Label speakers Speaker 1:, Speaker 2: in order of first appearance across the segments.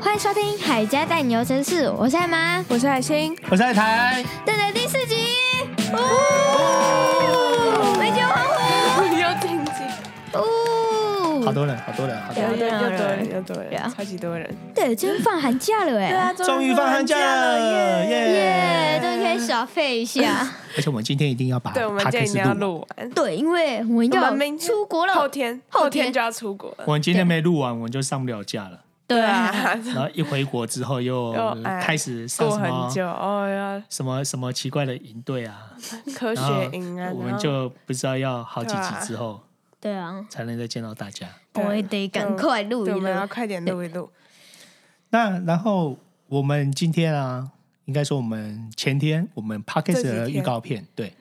Speaker 1: 欢迎收听《海家带你游城市》，我是艾妈，
Speaker 2: 我是海星，
Speaker 3: 我是爱台，
Speaker 1: 带来第四集，
Speaker 2: 哦
Speaker 1: 呜，美酒欢呼，
Speaker 2: 又晋级，
Speaker 1: 呜，
Speaker 3: 好，多人，好多人，好多
Speaker 2: 又
Speaker 3: 人。
Speaker 2: 又又多人，又多
Speaker 1: 对啊
Speaker 2: 人，超级多人。
Speaker 1: 对，今天放寒假了哎，
Speaker 2: 对啊，
Speaker 3: 终于放寒假了，！
Speaker 1: 耶，
Speaker 3: 耶！
Speaker 1: 终于可以耍废一下。
Speaker 3: 而且我们今天一定要把
Speaker 2: 对，我们
Speaker 3: podcast
Speaker 2: 今天一定要
Speaker 3: 完。
Speaker 2: 录完，
Speaker 1: 对，因为我们
Speaker 2: 我
Speaker 1: 要
Speaker 2: 们明天
Speaker 1: 出国
Speaker 2: 后
Speaker 1: 了，
Speaker 2: 天
Speaker 1: 后
Speaker 2: 后
Speaker 1: 天
Speaker 2: 天就要出国了。
Speaker 3: 我们今天没录完，我们就上不了架了。
Speaker 1: 对
Speaker 2: 对啊，
Speaker 3: 然后一回国之后，又
Speaker 2: 又哎
Speaker 3: 开始上
Speaker 2: 过
Speaker 3: 什
Speaker 2: 很
Speaker 3: 么
Speaker 2: 久哦，
Speaker 3: 什么什么奇怪的营队啊，
Speaker 2: 要科
Speaker 3: 然后
Speaker 2: 学营啊，
Speaker 3: 我
Speaker 2: 然
Speaker 3: 们
Speaker 2: 后
Speaker 3: 就不知道要好几
Speaker 2: 对
Speaker 3: 集
Speaker 2: 啊
Speaker 3: 之后
Speaker 1: 对啊，
Speaker 3: 才能再见到大家。
Speaker 1: 我
Speaker 2: 对
Speaker 1: 也得赶快录一
Speaker 2: 对，我
Speaker 1: 录
Speaker 2: 们，要快点录一录。
Speaker 3: 那然后我们今天啊，应该说我们前天我们 podcast
Speaker 2: 这
Speaker 3: 的
Speaker 2: 几
Speaker 3: 预
Speaker 2: 天
Speaker 3: 告片，对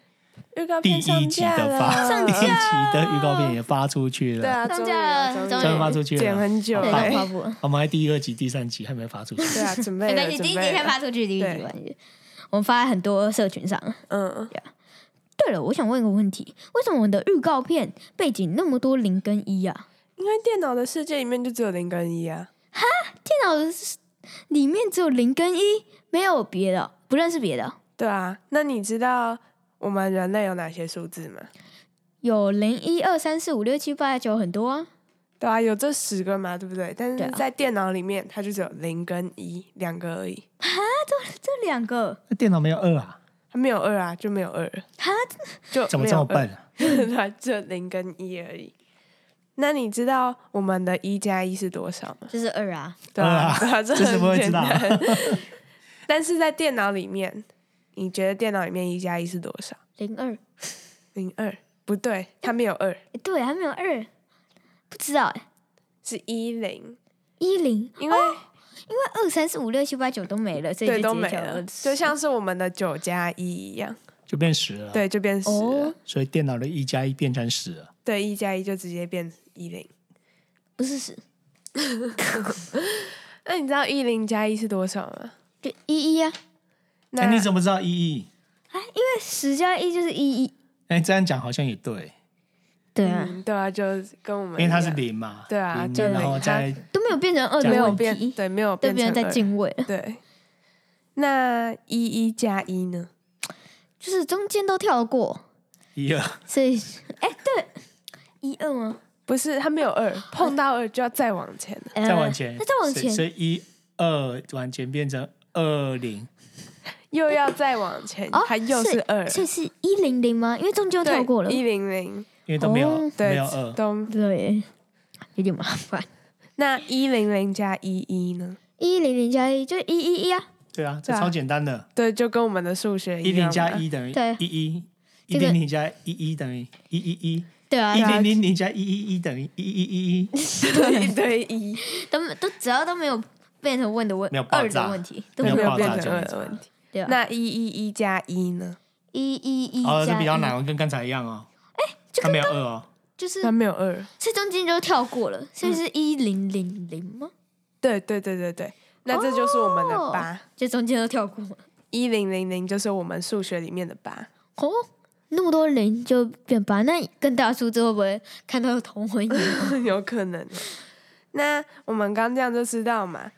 Speaker 2: 预告
Speaker 3: 第
Speaker 2: 片上
Speaker 3: 一集
Speaker 2: 架
Speaker 3: 的发，
Speaker 2: 了，
Speaker 3: 第一集的预告片也发出去了。
Speaker 2: 对啊，
Speaker 1: 上
Speaker 2: 终于
Speaker 1: 架了
Speaker 2: 终于
Speaker 1: 终于
Speaker 3: 发出去了
Speaker 2: 剪很久
Speaker 1: 对，
Speaker 3: 好
Speaker 1: 都
Speaker 3: 棒
Speaker 1: 发
Speaker 2: 哎，
Speaker 1: 布了，
Speaker 3: 我们还第二集、第三集还没发出去。
Speaker 2: 对啊，准
Speaker 1: 没
Speaker 2: 备 了
Speaker 1: 关系，第一集
Speaker 2: 准备了
Speaker 1: 先发出去，第一集
Speaker 2: 对
Speaker 1: 完，我们发在很多社群上。
Speaker 2: 嗯，
Speaker 1: 对了，我想问一个问题：为什么我的预告片背景那么多零跟一啊？
Speaker 2: 因为电脑的世界里面就只有零跟一啊，
Speaker 1: 电脑的是里面只有零跟一，没有别的，不认识别的。
Speaker 2: 对啊，那你知道我们人类有哪些数字吗？
Speaker 1: 有零一二三四五六七八九很多啊，
Speaker 2: 对啊，有这十个嘛，对不对？但
Speaker 1: 对
Speaker 2: 是
Speaker 1: 啊
Speaker 2: 在电脑里面，它就只有零跟一两个而已，
Speaker 1: 这两个
Speaker 3: 那电脑没有二啊？
Speaker 2: 它没有二啊，就没有二了，
Speaker 1: 哈，
Speaker 2: 就
Speaker 3: 怎么
Speaker 2: 没
Speaker 3: 这
Speaker 2: 有
Speaker 3: 么
Speaker 2: 二
Speaker 3: 笨？啊？
Speaker 2: 对啊，就零跟一而已。那你知道我们的一加一是多少吗？
Speaker 1: 就是二啊，
Speaker 2: 对啊，
Speaker 3: 二
Speaker 2: 对啊这
Speaker 3: 这是不
Speaker 2: 很
Speaker 3: 会
Speaker 2: 简
Speaker 3: 知道啊
Speaker 2: 单。 但是在电脑里面，你觉得电脑里面一加一是多少？
Speaker 1: 零二，
Speaker 2: 零二？不对，它没有二，
Speaker 1: 诶对，还没有二，啊不知道哎、
Speaker 2: 是一零，
Speaker 1: 一零，因
Speaker 2: 因为、
Speaker 1: 为二三四五六七八九都没了，所以
Speaker 2: 对
Speaker 1: 就
Speaker 2: 都
Speaker 1: 直
Speaker 2: 没
Speaker 1: 接叫
Speaker 2: 了，
Speaker 1: 二
Speaker 2: 就像是我们的九加一一样，
Speaker 3: 就变十了。，
Speaker 2: 对，就变十了。
Speaker 1: 哦，
Speaker 3: 所以电脑的一加一变成十了。
Speaker 2: 对，一加一就直接变一零。
Speaker 1: 不是十，
Speaker 2: 那你知道一零加一是多少吗？
Speaker 3: 哎
Speaker 1: 就一一啊，
Speaker 2: 那、
Speaker 3: 哎，你怎么知道一一？
Speaker 1: 那十加一就是一一，
Speaker 3: 哎，这样讲好像也对，
Speaker 1: 对啊，
Speaker 2: 嗯，对啊，就跟我
Speaker 3: 因
Speaker 2: 们一样，
Speaker 3: 为它是零嘛。
Speaker 2: 对啊
Speaker 3: 零
Speaker 2: 就
Speaker 3: 然后
Speaker 2: 零
Speaker 3: 再
Speaker 1: 都没有变成二的
Speaker 2: 没有
Speaker 1: 问
Speaker 2: 变，
Speaker 1: 题，
Speaker 2: 对，没有
Speaker 1: 对
Speaker 2: 变
Speaker 1: 别人
Speaker 2: 成
Speaker 1: 在
Speaker 2: 二
Speaker 1: 进位了。
Speaker 2: 对，那一一加一呢？
Speaker 1: 就是中间都跳过，
Speaker 3: 一二，
Speaker 1: 所以哎、对，一二吗？
Speaker 2: 不是，它没有二，碰到二就要再往前了，
Speaker 1: 呃
Speaker 3: 再往前，
Speaker 1: 那再往前
Speaker 3: 所以所以一二往前变成二零，
Speaker 2: 又要再往前，
Speaker 1: 哦
Speaker 2: 它又是二，
Speaker 1: 所以是一零零吗？因为中间都跳过了，
Speaker 2: 一零零，
Speaker 3: 因为都没有
Speaker 1: 哦
Speaker 3: 没
Speaker 2: 对
Speaker 3: 有，二，啊
Speaker 2: 都
Speaker 1: 对，有点麻烦。
Speaker 2: 那一零零加一一呢？
Speaker 1: 一零零加一就一一一啊，
Speaker 3: 对啊，这
Speaker 2: 对啊啊
Speaker 3: 超简单的，
Speaker 2: 对，就跟我们的数学
Speaker 3: 一
Speaker 2: 一样
Speaker 3: 零
Speaker 2: 嘛，
Speaker 3: 加一等于
Speaker 1: 对
Speaker 3: 一一。一
Speaker 1: 这个
Speaker 3: 零零加一一等于一一一，
Speaker 1: 对啊，
Speaker 3: 一
Speaker 1: 对啊
Speaker 3: 零零零加一一一等于一一一一，
Speaker 2: 一对一，
Speaker 1: 都没都只要都没有变成问的问
Speaker 3: 没有爆
Speaker 1: 二的
Speaker 3: 炸
Speaker 1: 问题，都
Speaker 2: 都
Speaker 3: 没
Speaker 2: 没
Speaker 3: 有
Speaker 2: 有
Speaker 3: 爆
Speaker 2: 变
Speaker 3: 炸
Speaker 2: 成
Speaker 3: 就
Speaker 2: 二
Speaker 3: 没
Speaker 2: 的
Speaker 3: 差
Speaker 2: 问题。
Speaker 1: 对啊，
Speaker 2: 那一一一加一呢？
Speaker 1: 一一一
Speaker 3: 哦，这
Speaker 1: 加
Speaker 3: 比较
Speaker 1: 一
Speaker 3: 难，哦，跟刚才一样哦。哎，它没有二哦，
Speaker 1: 就是
Speaker 2: 它没有二，
Speaker 1: 是中间就跳过了，所以是一零零零吗？
Speaker 2: 对对对对对，那这就是我们的
Speaker 1: 哦
Speaker 2: 八。
Speaker 1: 就中间都跳过了
Speaker 2: 一零零零就是我们数学里面的八，
Speaker 1: 哦。那么多零就变八，那跟大叔之后会不会看到同婚一样？
Speaker 2: 有可能哦。那我们刚这样就知道嘛，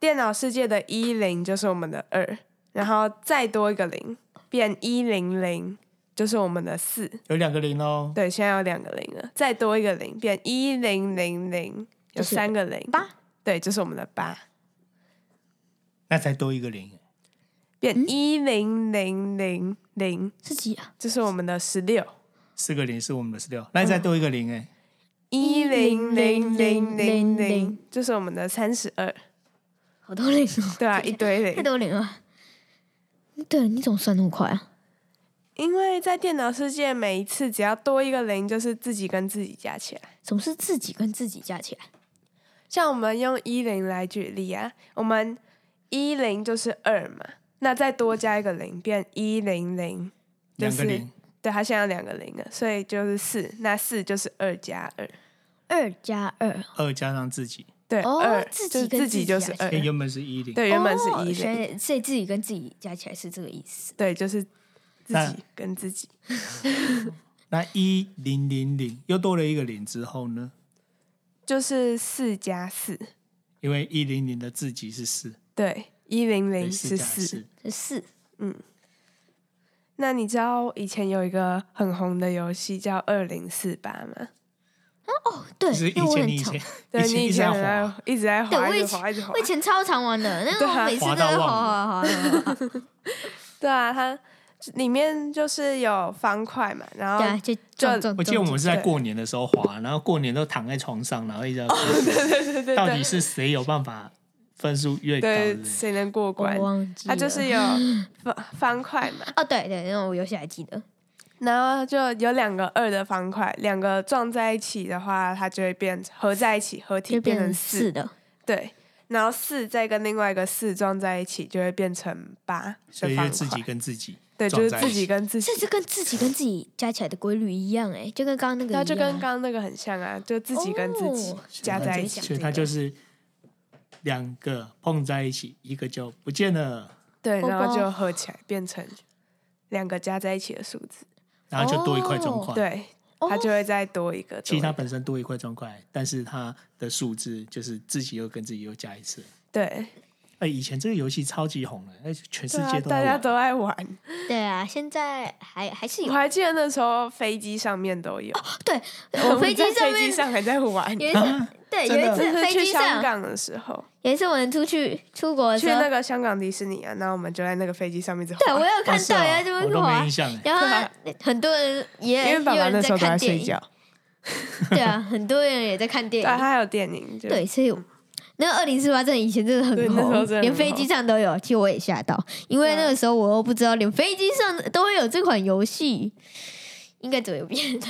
Speaker 2: 电脑世界的一零就是我们的二，然后再多一个零，变一零零就是我们的四。
Speaker 3: 有两个零哦。
Speaker 2: 对，现在有两个零了，再多一个零，变一零零零，
Speaker 1: 就
Speaker 2: 有
Speaker 1: 是
Speaker 2: 三个零。
Speaker 1: 八，嗯
Speaker 2: 对，就是我们的八，
Speaker 3: 那才多一个零。
Speaker 2: 变一零零零零，
Speaker 1: 是几啊？
Speaker 2: 这是我们的十六。
Speaker 3: 四个零是我们的十六，那再多一个零哎、
Speaker 2: 一零零零零零，这是我们的三十二，
Speaker 1: 好多零哦，
Speaker 2: 对啊，一堆
Speaker 1: 太
Speaker 2: 零。
Speaker 1: 多零了。对，你怎么算那么快啊？
Speaker 2: 因为在电脑世界，每一次只要多一个零，就是自己跟自己加起来。
Speaker 1: 总是自己跟自己加起来。
Speaker 2: 像我们用一零来举例啊，我们一零就是二嘛，那再多加一个零，变一零零，就
Speaker 3: 两个
Speaker 2: 是
Speaker 3: 零，
Speaker 2: 对，它现在有两个零了，所以就是四，那四就是二加二，
Speaker 1: 二加二，
Speaker 3: 二加上自己，
Speaker 2: 对，
Speaker 1: 哦
Speaker 2: 二
Speaker 1: 自己
Speaker 2: 就是
Speaker 1: 跟
Speaker 2: 自
Speaker 1: 自己
Speaker 2: 己就是
Speaker 1: 加
Speaker 2: 二
Speaker 3: 因，为原本是一零，
Speaker 2: 对，原本是一
Speaker 1: 哦所
Speaker 2: 零，
Speaker 1: 以所以自己跟自己加起来是这个意思。
Speaker 2: 对，就是自
Speaker 3: 那
Speaker 2: 己跟自己，
Speaker 3: 那一零零零又多了一个零之后呢，
Speaker 2: 就是四加四，
Speaker 3: 因为一零零的自己是四，
Speaker 2: 对，一零
Speaker 3: 对
Speaker 2: 零
Speaker 3: 四
Speaker 2: 是
Speaker 3: 加
Speaker 2: 四。
Speaker 3: 四，
Speaker 1: 是四，
Speaker 2: 那你知道以前有一个很红的游戏叫二零四八吗？
Speaker 1: 对，
Speaker 3: 就是
Speaker 1: 因
Speaker 3: 以
Speaker 1: 为我
Speaker 3: 前你
Speaker 1: 很
Speaker 3: 以
Speaker 1: 常
Speaker 3: 前，
Speaker 2: 对
Speaker 3: 以前
Speaker 2: 你
Speaker 3: 一
Speaker 2: 以
Speaker 3: 直在
Speaker 2: 前很爱
Speaker 3: 滑
Speaker 2: 一直在
Speaker 1: 对
Speaker 2: 滑，
Speaker 1: 我
Speaker 2: 一
Speaker 1: 以
Speaker 2: 直滑，一直滑
Speaker 1: 我以。前超常玩的，那
Speaker 2: 对
Speaker 1: 个
Speaker 2: 啊
Speaker 1: 我每次
Speaker 3: 滑
Speaker 1: 都
Speaker 3: 到
Speaker 1: 在滑
Speaker 3: 忘
Speaker 1: 滑滑滑滑，
Speaker 2: 对啊，它里面就是有方块嘛，然
Speaker 1: 对啊，
Speaker 2: 后
Speaker 1: 就撞撞。
Speaker 3: 我记得我们
Speaker 1: 撞
Speaker 3: 是在
Speaker 2: 对
Speaker 3: 过年的时候滑，然后过年都躺在床上，然后一直在滑
Speaker 2: 哦对对
Speaker 3: 到底
Speaker 2: 对
Speaker 3: 是谁有办法分数越高的
Speaker 2: 对，
Speaker 3: 人？
Speaker 2: 谁能过
Speaker 1: 我
Speaker 2: 关？
Speaker 1: 忘记
Speaker 2: 它
Speaker 1: 了，
Speaker 2: 就是有 方方块嘛，
Speaker 1: 哦，对对，那我游戏还记得，
Speaker 2: 然后就有两个二的方块，两个撞在一起的话，它就会变合在一起，合体
Speaker 1: 就变
Speaker 2: 变成
Speaker 1: 成
Speaker 2: 四
Speaker 1: 四。的，
Speaker 2: 对，然后四再跟另外一个四撞在一起，就会变成八
Speaker 3: 所以就
Speaker 2: 的方
Speaker 3: 是自己
Speaker 2: 块。
Speaker 3: 跟自己
Speaker 2: 对，就
Speaker 3: 撞
Speaker 2: 是
Speaker 3: 在一
Speaker 2: 自
Speaker 3: 起
Speaker 2: 己跟自己
Speaker 1: 这，是跟自己跟自己加起来的规律一样，哎，就跟刚刚那个一
Speaker 2: 那
Speaker 1: 样，
Speaker 2: 就跟刚刚那个很像啊，就自己跟自己
Speaker 1: 哦
Speaker 2: 加在一起。
Speaker 3: 所以它就是两个碰在一起，一个就不见了，
Speaker 2: 对，
Speaker 1: 包
Speaker 2: 然后
Speaker 1: 包
Speaker 2: 就合起来变成两个加在一起的数字，
Speaker 3: 然后就多一块砖块。，
Speaker 2: 对，
Speaker 1: 哦
Speaker 2: 它就会再多一个。
Speaker 3: 其实它
Speaker 2: 多一个
Speaker 3: 本身多一块砖块，但是它的数字就是自己又跟自己又加一次。
Speaker 2: 对，
Speaker 3: 哎，以前这个游戏超级红的，哎，全世
Speaker 2: 对啊
Speaker 3: 界，都
Speaker 2: 大
Speaker 3: 在
Speaker 2: 家
Speaker 3: 玩。
Speaker 2: 都爱玩。
Speaker 1: 对啊，现在还还是
Speaker 2: 我
Speaker 1: 有，
Speaker 2: 还记得那时候飞机上面都有，
Speaker 1: 对 我
Speaker 2: 我们
Speaker 1: 飞机
Speaker 2: 在
Speaker 1: 上
Speaker 2: 飞
Speaker 1: 面
Speaker 2: 机上还在玩。
Speaker 1: 有一次，
Speaker 3: 啊
Speaker 1: 对， 有
Speaker 3: 真的
Speaker 1: 一次
Speaker 2: 就是
Speaker 1: 飞
Speaker 2: 去
Speaker 1: 机
Speaker 2: 香
Speaker 1: 上，
Speaker 2: 港的时候，
Speaker 1: 有一次我们出去出国的
Speaker 2: 去
Speaker 1: 时候
Speaker 2: 那，个香港迪士尼啊，然后我们就在那个飞机上面一直
Speaker 1: 对我
Speaker 2: 滑，
Speaker 1: 有看
Speaker 3: 哦是
Speaker 1: 到
Speaker 3: 哦
Speaker 1: 人家这
Speaker 3: 我
Speaker 1: 边
Speaker 3: 都
Speaker 1: 滑
Speaker 2: 啊
Speaker 3: 没印，象哎。
Speaker 1: 然后很多人也
Speaker 2: 因为爸
Speaker 1: 也有
Speaker 2: 爸
Speaker 1: 人
Speaker 2: 那时候都在
Speaker 1: 看电
Speaker 2: 睡
Speaker 1: 影，
Speaker 2: 觉。
Speaker 1: 对啊，很多人也在看电
Speaker 2: 对啊，
Speaker 1: 影，
Speaker 2: 他还有电影，就嗯
Speaker 1: 对，所以。那个二零四八真的以前真的很
Speaker 2: 对那时候
Speaker 1: 红
Speaker 2: 真，的
Speaker 1: 连
Speaker 2: 很
Speaker 1: 飞机上都有。其实我也吓到，因为
Speaker 2: 对啊
Speaker 1: 那个时候我又不知道连飞机上都会有这款游戏，应该怎么变的？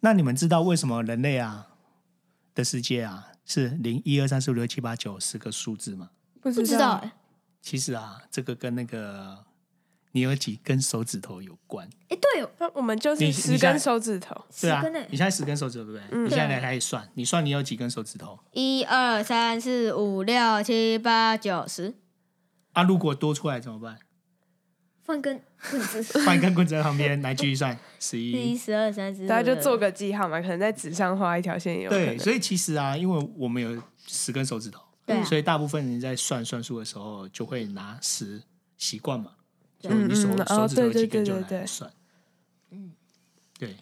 Speaker 3: 那你们知道为什么人类啊的世界啊是零一二三四五六七八九十个数字吗？
Speaker 2: 不
Speaker 1: 不知道哎、
Speaker 3: 其实啊，这个跟那个你有几根手指头有关。
Speaker 1: 哎对哦，
Speaker 2: 那我们就
Speaker 3: 你
Speaker 2: 是
Speaker 3: 你
Speaker 2: 十
Speaker 3: 现在
Speaker 2: 根手指头，
Speaker 1: 十
Speaker 3: 对啊
Speaker 1: 根呢，
Speaker 3: 你现在十根手指头对不对？
Speaker 2: 嗯
Speaker 3: 你现在来开始算，你算你有几根手指头
Speaker 1: 一二三四五六七八九十，
Speaker 3: 啊？如果多出来怎么办？
Speaker 1: 放根棍子，
Speaker 3: 放一根棍子在旁边来继续算，十
Speaker 1: 十一
Speaker 3: 一。
Speaker 1: 十二三十，
Speaker 2: 大家就做个记号嘛，可能在纸上画一条线也有可
Speaker 3: 对，
Speaker 2: 能。
Speaker 3: 所以其实啊，因为我们有十根手指头，
Speaker 1: 对啊
Speaker 3: 所以大部分人在算算数的时候就会拿十习惯嘛，就
Speaker 1: 对
Speaker 3: 你手
Speaker 2: 嗯嗯
Speaker 3: 手指头有几根
Speaker 2: 哦对对对
Speaker 3: 就
Speaker 2: 对
Speaker 3: 来
Speaker 2: 对
Speaker 3: 算。对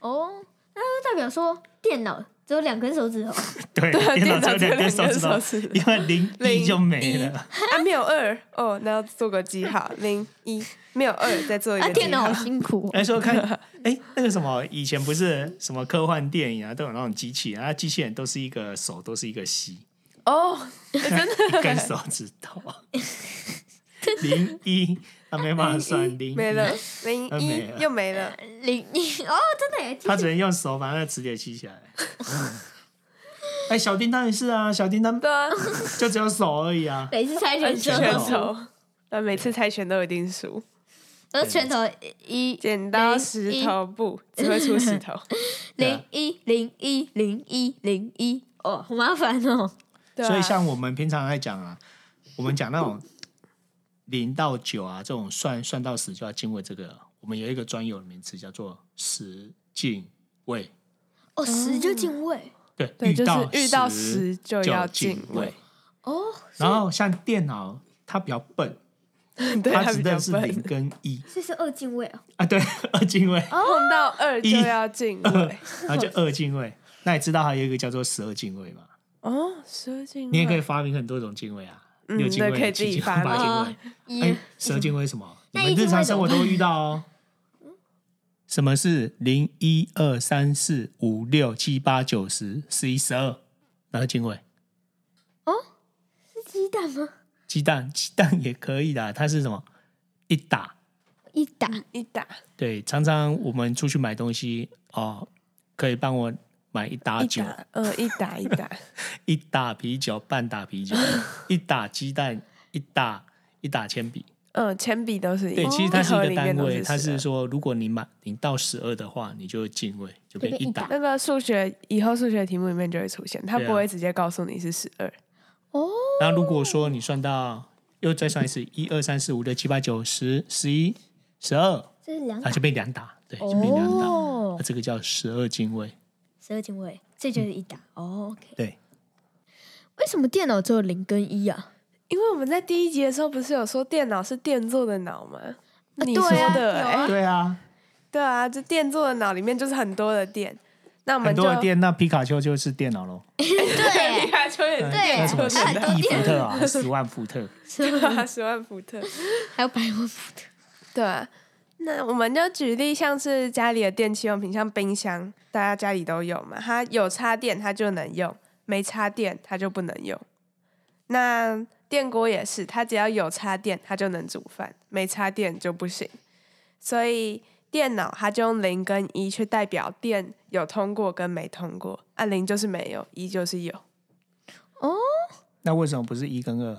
Speaker 1: 哦，那就代表说电脑只有两根手 指头，
Speaker 3: 对，
Speaker 2: 啊
Speaker 3: 电脑
Speaker 2: 电
Speaker 3: 只有
Speaker 2: 脑只有
Speaker 3: 两根
Speaker 2: 两
Speaker 3: 手
Speaker 2: 根
Speaker 3: 指
Speaker 2: 手
Speaker 3: 头，
Speaker 2: 指 头
Speaker 3: 因为零一
Speaker 2: 零
Speaker 3: 就没
Speaker 2: 一
Speaker 3: 了。
Speaker 2: 啊，没有二哦，那要做个记号，零一没有二，再做一
Speaker 1: 啊，
Speaker 2: 个
Speaker 1: 电
Speaker 2: 记
Speaker 1: 脑
Speaker 2: 号
Speaker 1: 好。辛苦、 哦。
Speaker 3: 来说 看，哎，那个什么，以前不是什么科幻电影啊，都有那种机器人，啊，机器人都是一个手，都是一个膝，
Speaker 2: 哦，
Speaker 3: 一根手指 头，零一，他没办法算零，
Speaker 2: 没了，， 零
Speaker 3: 呃没
Speaker 2: 一
Speaker 3: 了
Speaker 2: 又没了，
Speaker 1: 零一哦，真的耶，
Speaker 3: 他只能用手把那个磁铁吸起来。 哎，小叮当也是啊，小叮当
Speaker 2: 对啊，
Speaker 3: 就只有手而已啊，
Speaker 1: 每次猜拳
Speaker 3: 拳
Speaker 2: 拳
Speaker 1: 头，
Speaker 2: 头。那每次猜拳都一定输，
Speaker 1: 都是拳头一
Speaker 2: 剪刀石头布只会出石 头，
Speaker 1: 零一零一零一零一，哦，好麻烦哦。
Speaker 2: 对啊
Speaker 3: 所以像我们平常在讲啊，我们讲那种零到九啊，这种算算到十就要进位，这个我们有一个专有名词叫做十进位。
Speaker 1: 哦，十就进位
Speaker 3: 对，
Speaker 2: 对，
Speaker 3: 遇
Speaker 2: 就是
Speaker 3: 到
Speaker 2: 遇到
Speaker 3: 十
Speaker 2: 十就要
Speaker 3: 就
Speaker 2: 进
Speaker 3: 位。。
Speaker 1: 哦，
Speaker 3: 然后像电脑，它比较笨，
Speaker 2: 对，
Speaker 3: 它
Speaker 2: 他
Speaker 3: 只
Speaker 2: 比较
Speaker 3: 认识零
Speaker 2: 笨，
Speaker 3: 跟一
Speaker 1: 这是二进位哦。
Speaker 3: 啊，对， 二进位，
Speaker 2: 碰到二就
Speaker 3: 一
Speaker 2: 要进 位。
Speaker 3: 然后就二进位。那你知道还有一个叫做十二进位吗？
Speaker 2: 哦，十二进位，
Speaker 3: 你也可以发明很多种进位啊，
Speaker 2: 嗯
Speaker 3: 六进
Speaker 2: 对可
Speaker 3: 位、
Speaker 2: 以
Speaker 3: 七
Speaker 2: 自己
Speaker 3: 进位、
Speaker 2: 发 明
Speaker 3: 八进位。
Speaker 1: 一
Speaker 3: 哎，蛇精为什么？你
Speaker 1: 那
Speaker 3: 们
Speaker 1: 一定
Speaker 3: 日常
Speaker 1: 会怎
Speaker 3: 生
Speaker 1: 么
Speaker 3: 活
Speaker 1: 办
Speaker 3: 都会遇到哦。什么是零一二三四五六七八九十十一十二？然后进位，
Speaker 1: 是鸡蛋吗？
Speaker 3: 鸡蛋鸡蛋也可以的，它是什么？一打。
Speaker 1: 一打
Speaker 2: 一打
Speaker 3: 对，常常我们出去买东西哦，可以帮我买一打
Speaker 2: 一
Speaker 3: 酒，
Speaker 2: 打，嗯，一打一打，
Speaker 3: 一打啤酒，半打啤酒，一打鸡蛋，一打一打铅笔。
Speaker 2: 嗯，铅笔都是一
Speaker 3: 对，
Speaker 2: 打
Speaker 3: 其实它是一
Speaker 2: 盒
Speaker 3: 个
Speaker 2: 里面
Speaker 3: 单
Speaker 2: 都
Speaker 3: 位，它
Speaker 2: 12
Speaker 3: 是说，如果你满你到十二的话，你就进位，就变
Speaker 1: 变
Speaker 3: 一
Speaker 1: 一
Speaker 3: 打
Speaker 1: 打。
Speaker 2: 那个数学以后数学题目里面就会出现，它
Speaker 3: 对啊
Speaker 2: 不会直接告诉你是十二，
Speaker 1: 哦，
Speaker 3: 然后如果说你算到又再算一次，一二三四五六七八九十十一十二，
Speaker 1: 这是两
Speaker 3: 啊，
Speaker 1: 打
Speaker 3: 就变两打，对，就变两打。那
Speaker 1: 哦，
Speaker 3: 这个叫十二进位，
Speaker 1: 十二进位，这就是一打哦。OK，
Speaker 3: 对。
Speaker 1: 为什么电脑只有零跟一啊？
Speaker 2: 因为我们在第一集的时候不是有说电脑是电做的脑吗？你说
Speaker 1: 对啊
Speaker 2: 的、
Speaker 1: 有
Speaker 2: 欸，
Speaker 1: 啊
Speaker 3: 对啊，
Speaker 2: 对啊，这电做的脑里面就是很多的电，那我们
Speaker 3: 很
Speaker 2: 就
Speaker 3: 多的 电，那皮卡丘就是电脑喽。
Speaker 2: 皮
Speaker 1: 对，
Speaker 2: 卡丘也是
Speaker 1: 对
Speaker 3: 那
Speaker 2: 电
Speaker 3: 什
Speaker 2: 做
Speaker 3: 么
Speaker 1: 它很多
Speaker 3: 十亿
Speaker 1: 电
Speaker 3: 伏特啊，十万伏特。
Speaker 2: 的脑， 十万伏特。
Speaker 1: 还有百万伏特。
Speaker 2: 对啊，那我们就举例，像是家里的电器用品，像冰箱，大家家里都有嘛，它有插电它就能用，没插电它就不能用。那电锅也是，它只要有插电它就能煮饭，没插电就不行。所以电脑它就用零跟一去代表电有通过跟没通过，啊零就是没有，一就是有，
Speaker 3: 那为什么不是一跟 二？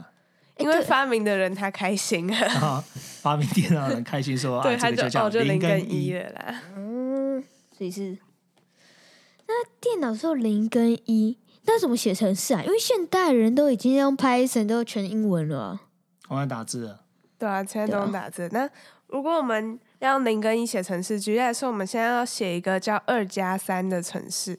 Speaker 2: 因
Speaker 1: 哦对
Speaker 2: 为发明的人他开心啊，
Speaker 3: 然后发明电脑的人开心说
Speaker 2: 对，
Speaker 3: 啊，
Speaker 2: 他
Speaker 3: 这个叫
Speaker 2: 哦就
Speaker 3: 零
Speaker 2: 跟
Speaker 3: 跟
Speaker 2: 一
Speaker 3: 一。
Speaker 2: 了啦。
Speaker 1: 嗯，所以是那电脑是有零跟一，那怎么写程式啊？因为现代人都已经用 Python 都全英文了啊、
Speaker 3: 同样打字了，
Speaker 2: 对啊，现在
Speaker 1: 对
Speaker 2: 都
Speaker 1: 啊
Speaker 2: 用打字。那如果我们要用零跟一写程式，举例来说，我们现在要写一个叫二加三的程式，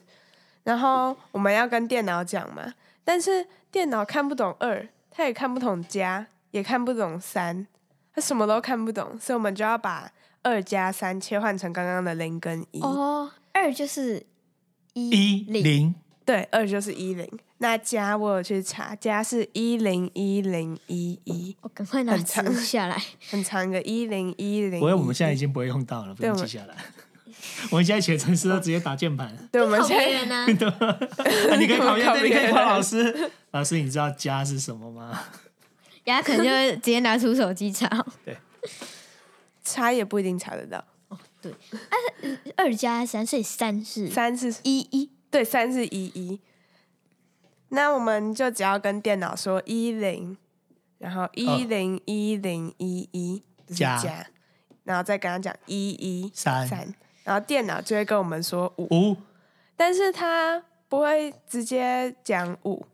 Speaker 2: 然后我们要跟电脑讲嘛，但是电脑看不懂二，它也看不懂加，也看不懂三，它什么都看不懂，所以我们就要把二加三切换成刚刚的零跟一。
Speaker 1: 哦，二就是
Speaker 3: 一零
Speaker 2: 对，二就是一零。那加我有去查，加是一零一零一一，
Speaker 1: 我赶快拿
Speaker 2: 很长
Speaker 1: 字下 来。
Speaker 2: 很长一个一零一零。
Speaker 3: 不过我们现在已经不会用到了，不
Speaker 2: 对
Speaker 3: 用
Speaker 2: 我
Speaker 3: 记
Speaker 2: 们
Speaker 3: 下来。 我们现在写程式都直接打键盘，
Speaker 2: 对，我们
Speaker 1: 考
Speaker 2: 现
Speaker 1: 别
Speaker 2: 在
Speaker 1: 人呢？
Speaker 3: 啊你可以考验，
Speaker 2: 考
Speaker 3: 对，你可
Speaker 2: 别
Speaker 3: 以
Speaker 2: 人
Speaker 3: 考老师。 老师，你知道加是什么吗？
Speaker 1: 大家可能就会直接拿出手机查。哦
Speaker 2: 查也不一定查得到。
Speaker 1: 二加三，所以三是
Speaker 2: 三是
Speaker 1: 一一。
Speaker 2: 对，三是一一。那我们就只要跟电脑说一零，然后一零一零一一
Speaker 3: 哦加
Speaker 2: 加，然后再跟他讲一一
Speaker 3: 三
Speaker 2: 三，然后电脑就会跟我们说五，
Speaker 3: 五
Speaker 2: 但是它不会直接讲五，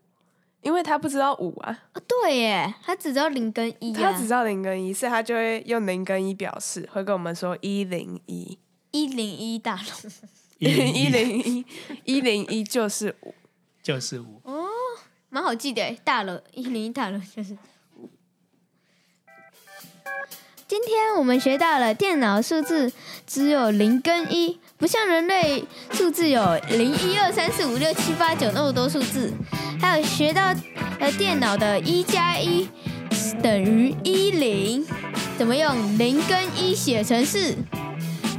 Speaker 2: 因为它不知道五啊，
Speaker 1: 哦，对耶，它只知道零跟一
Speaker 2: 它
Speaker 1: 啊
Speaker 2: 只知，道零跟一，所以它就会用零跟一表示，会跟我们说一零一
Speaker 1: 一零一大 龙。
Speaker 3: 一零
Speaker 2: 一零一一零一就是五。
Speaker 3: 就是五。
Speaker 1: 哦，蛮好记的耶，大楼一零一大楼就是。今天我们学到了电脑数字只有零跟一，不像人类数字有零、一、二、三、四、五、六、七、八、九那么多数字。还有学到了电脑的一加一等于一零，怎么用零跟一写程式？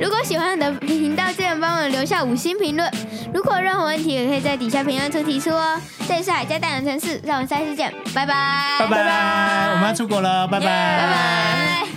Speaker 1: 如果喜欢我的频道，记得帮我留下五星评论。如果有任何问题，也可以在底下评论处提出哦。这里是海家大人城市，让我们下次见，拜拜，
Speaker 3: 拜拜，我们要出国了，拜
Speaker 1: 拜
Speaker 3: 拜。
Speaker 1: 拜。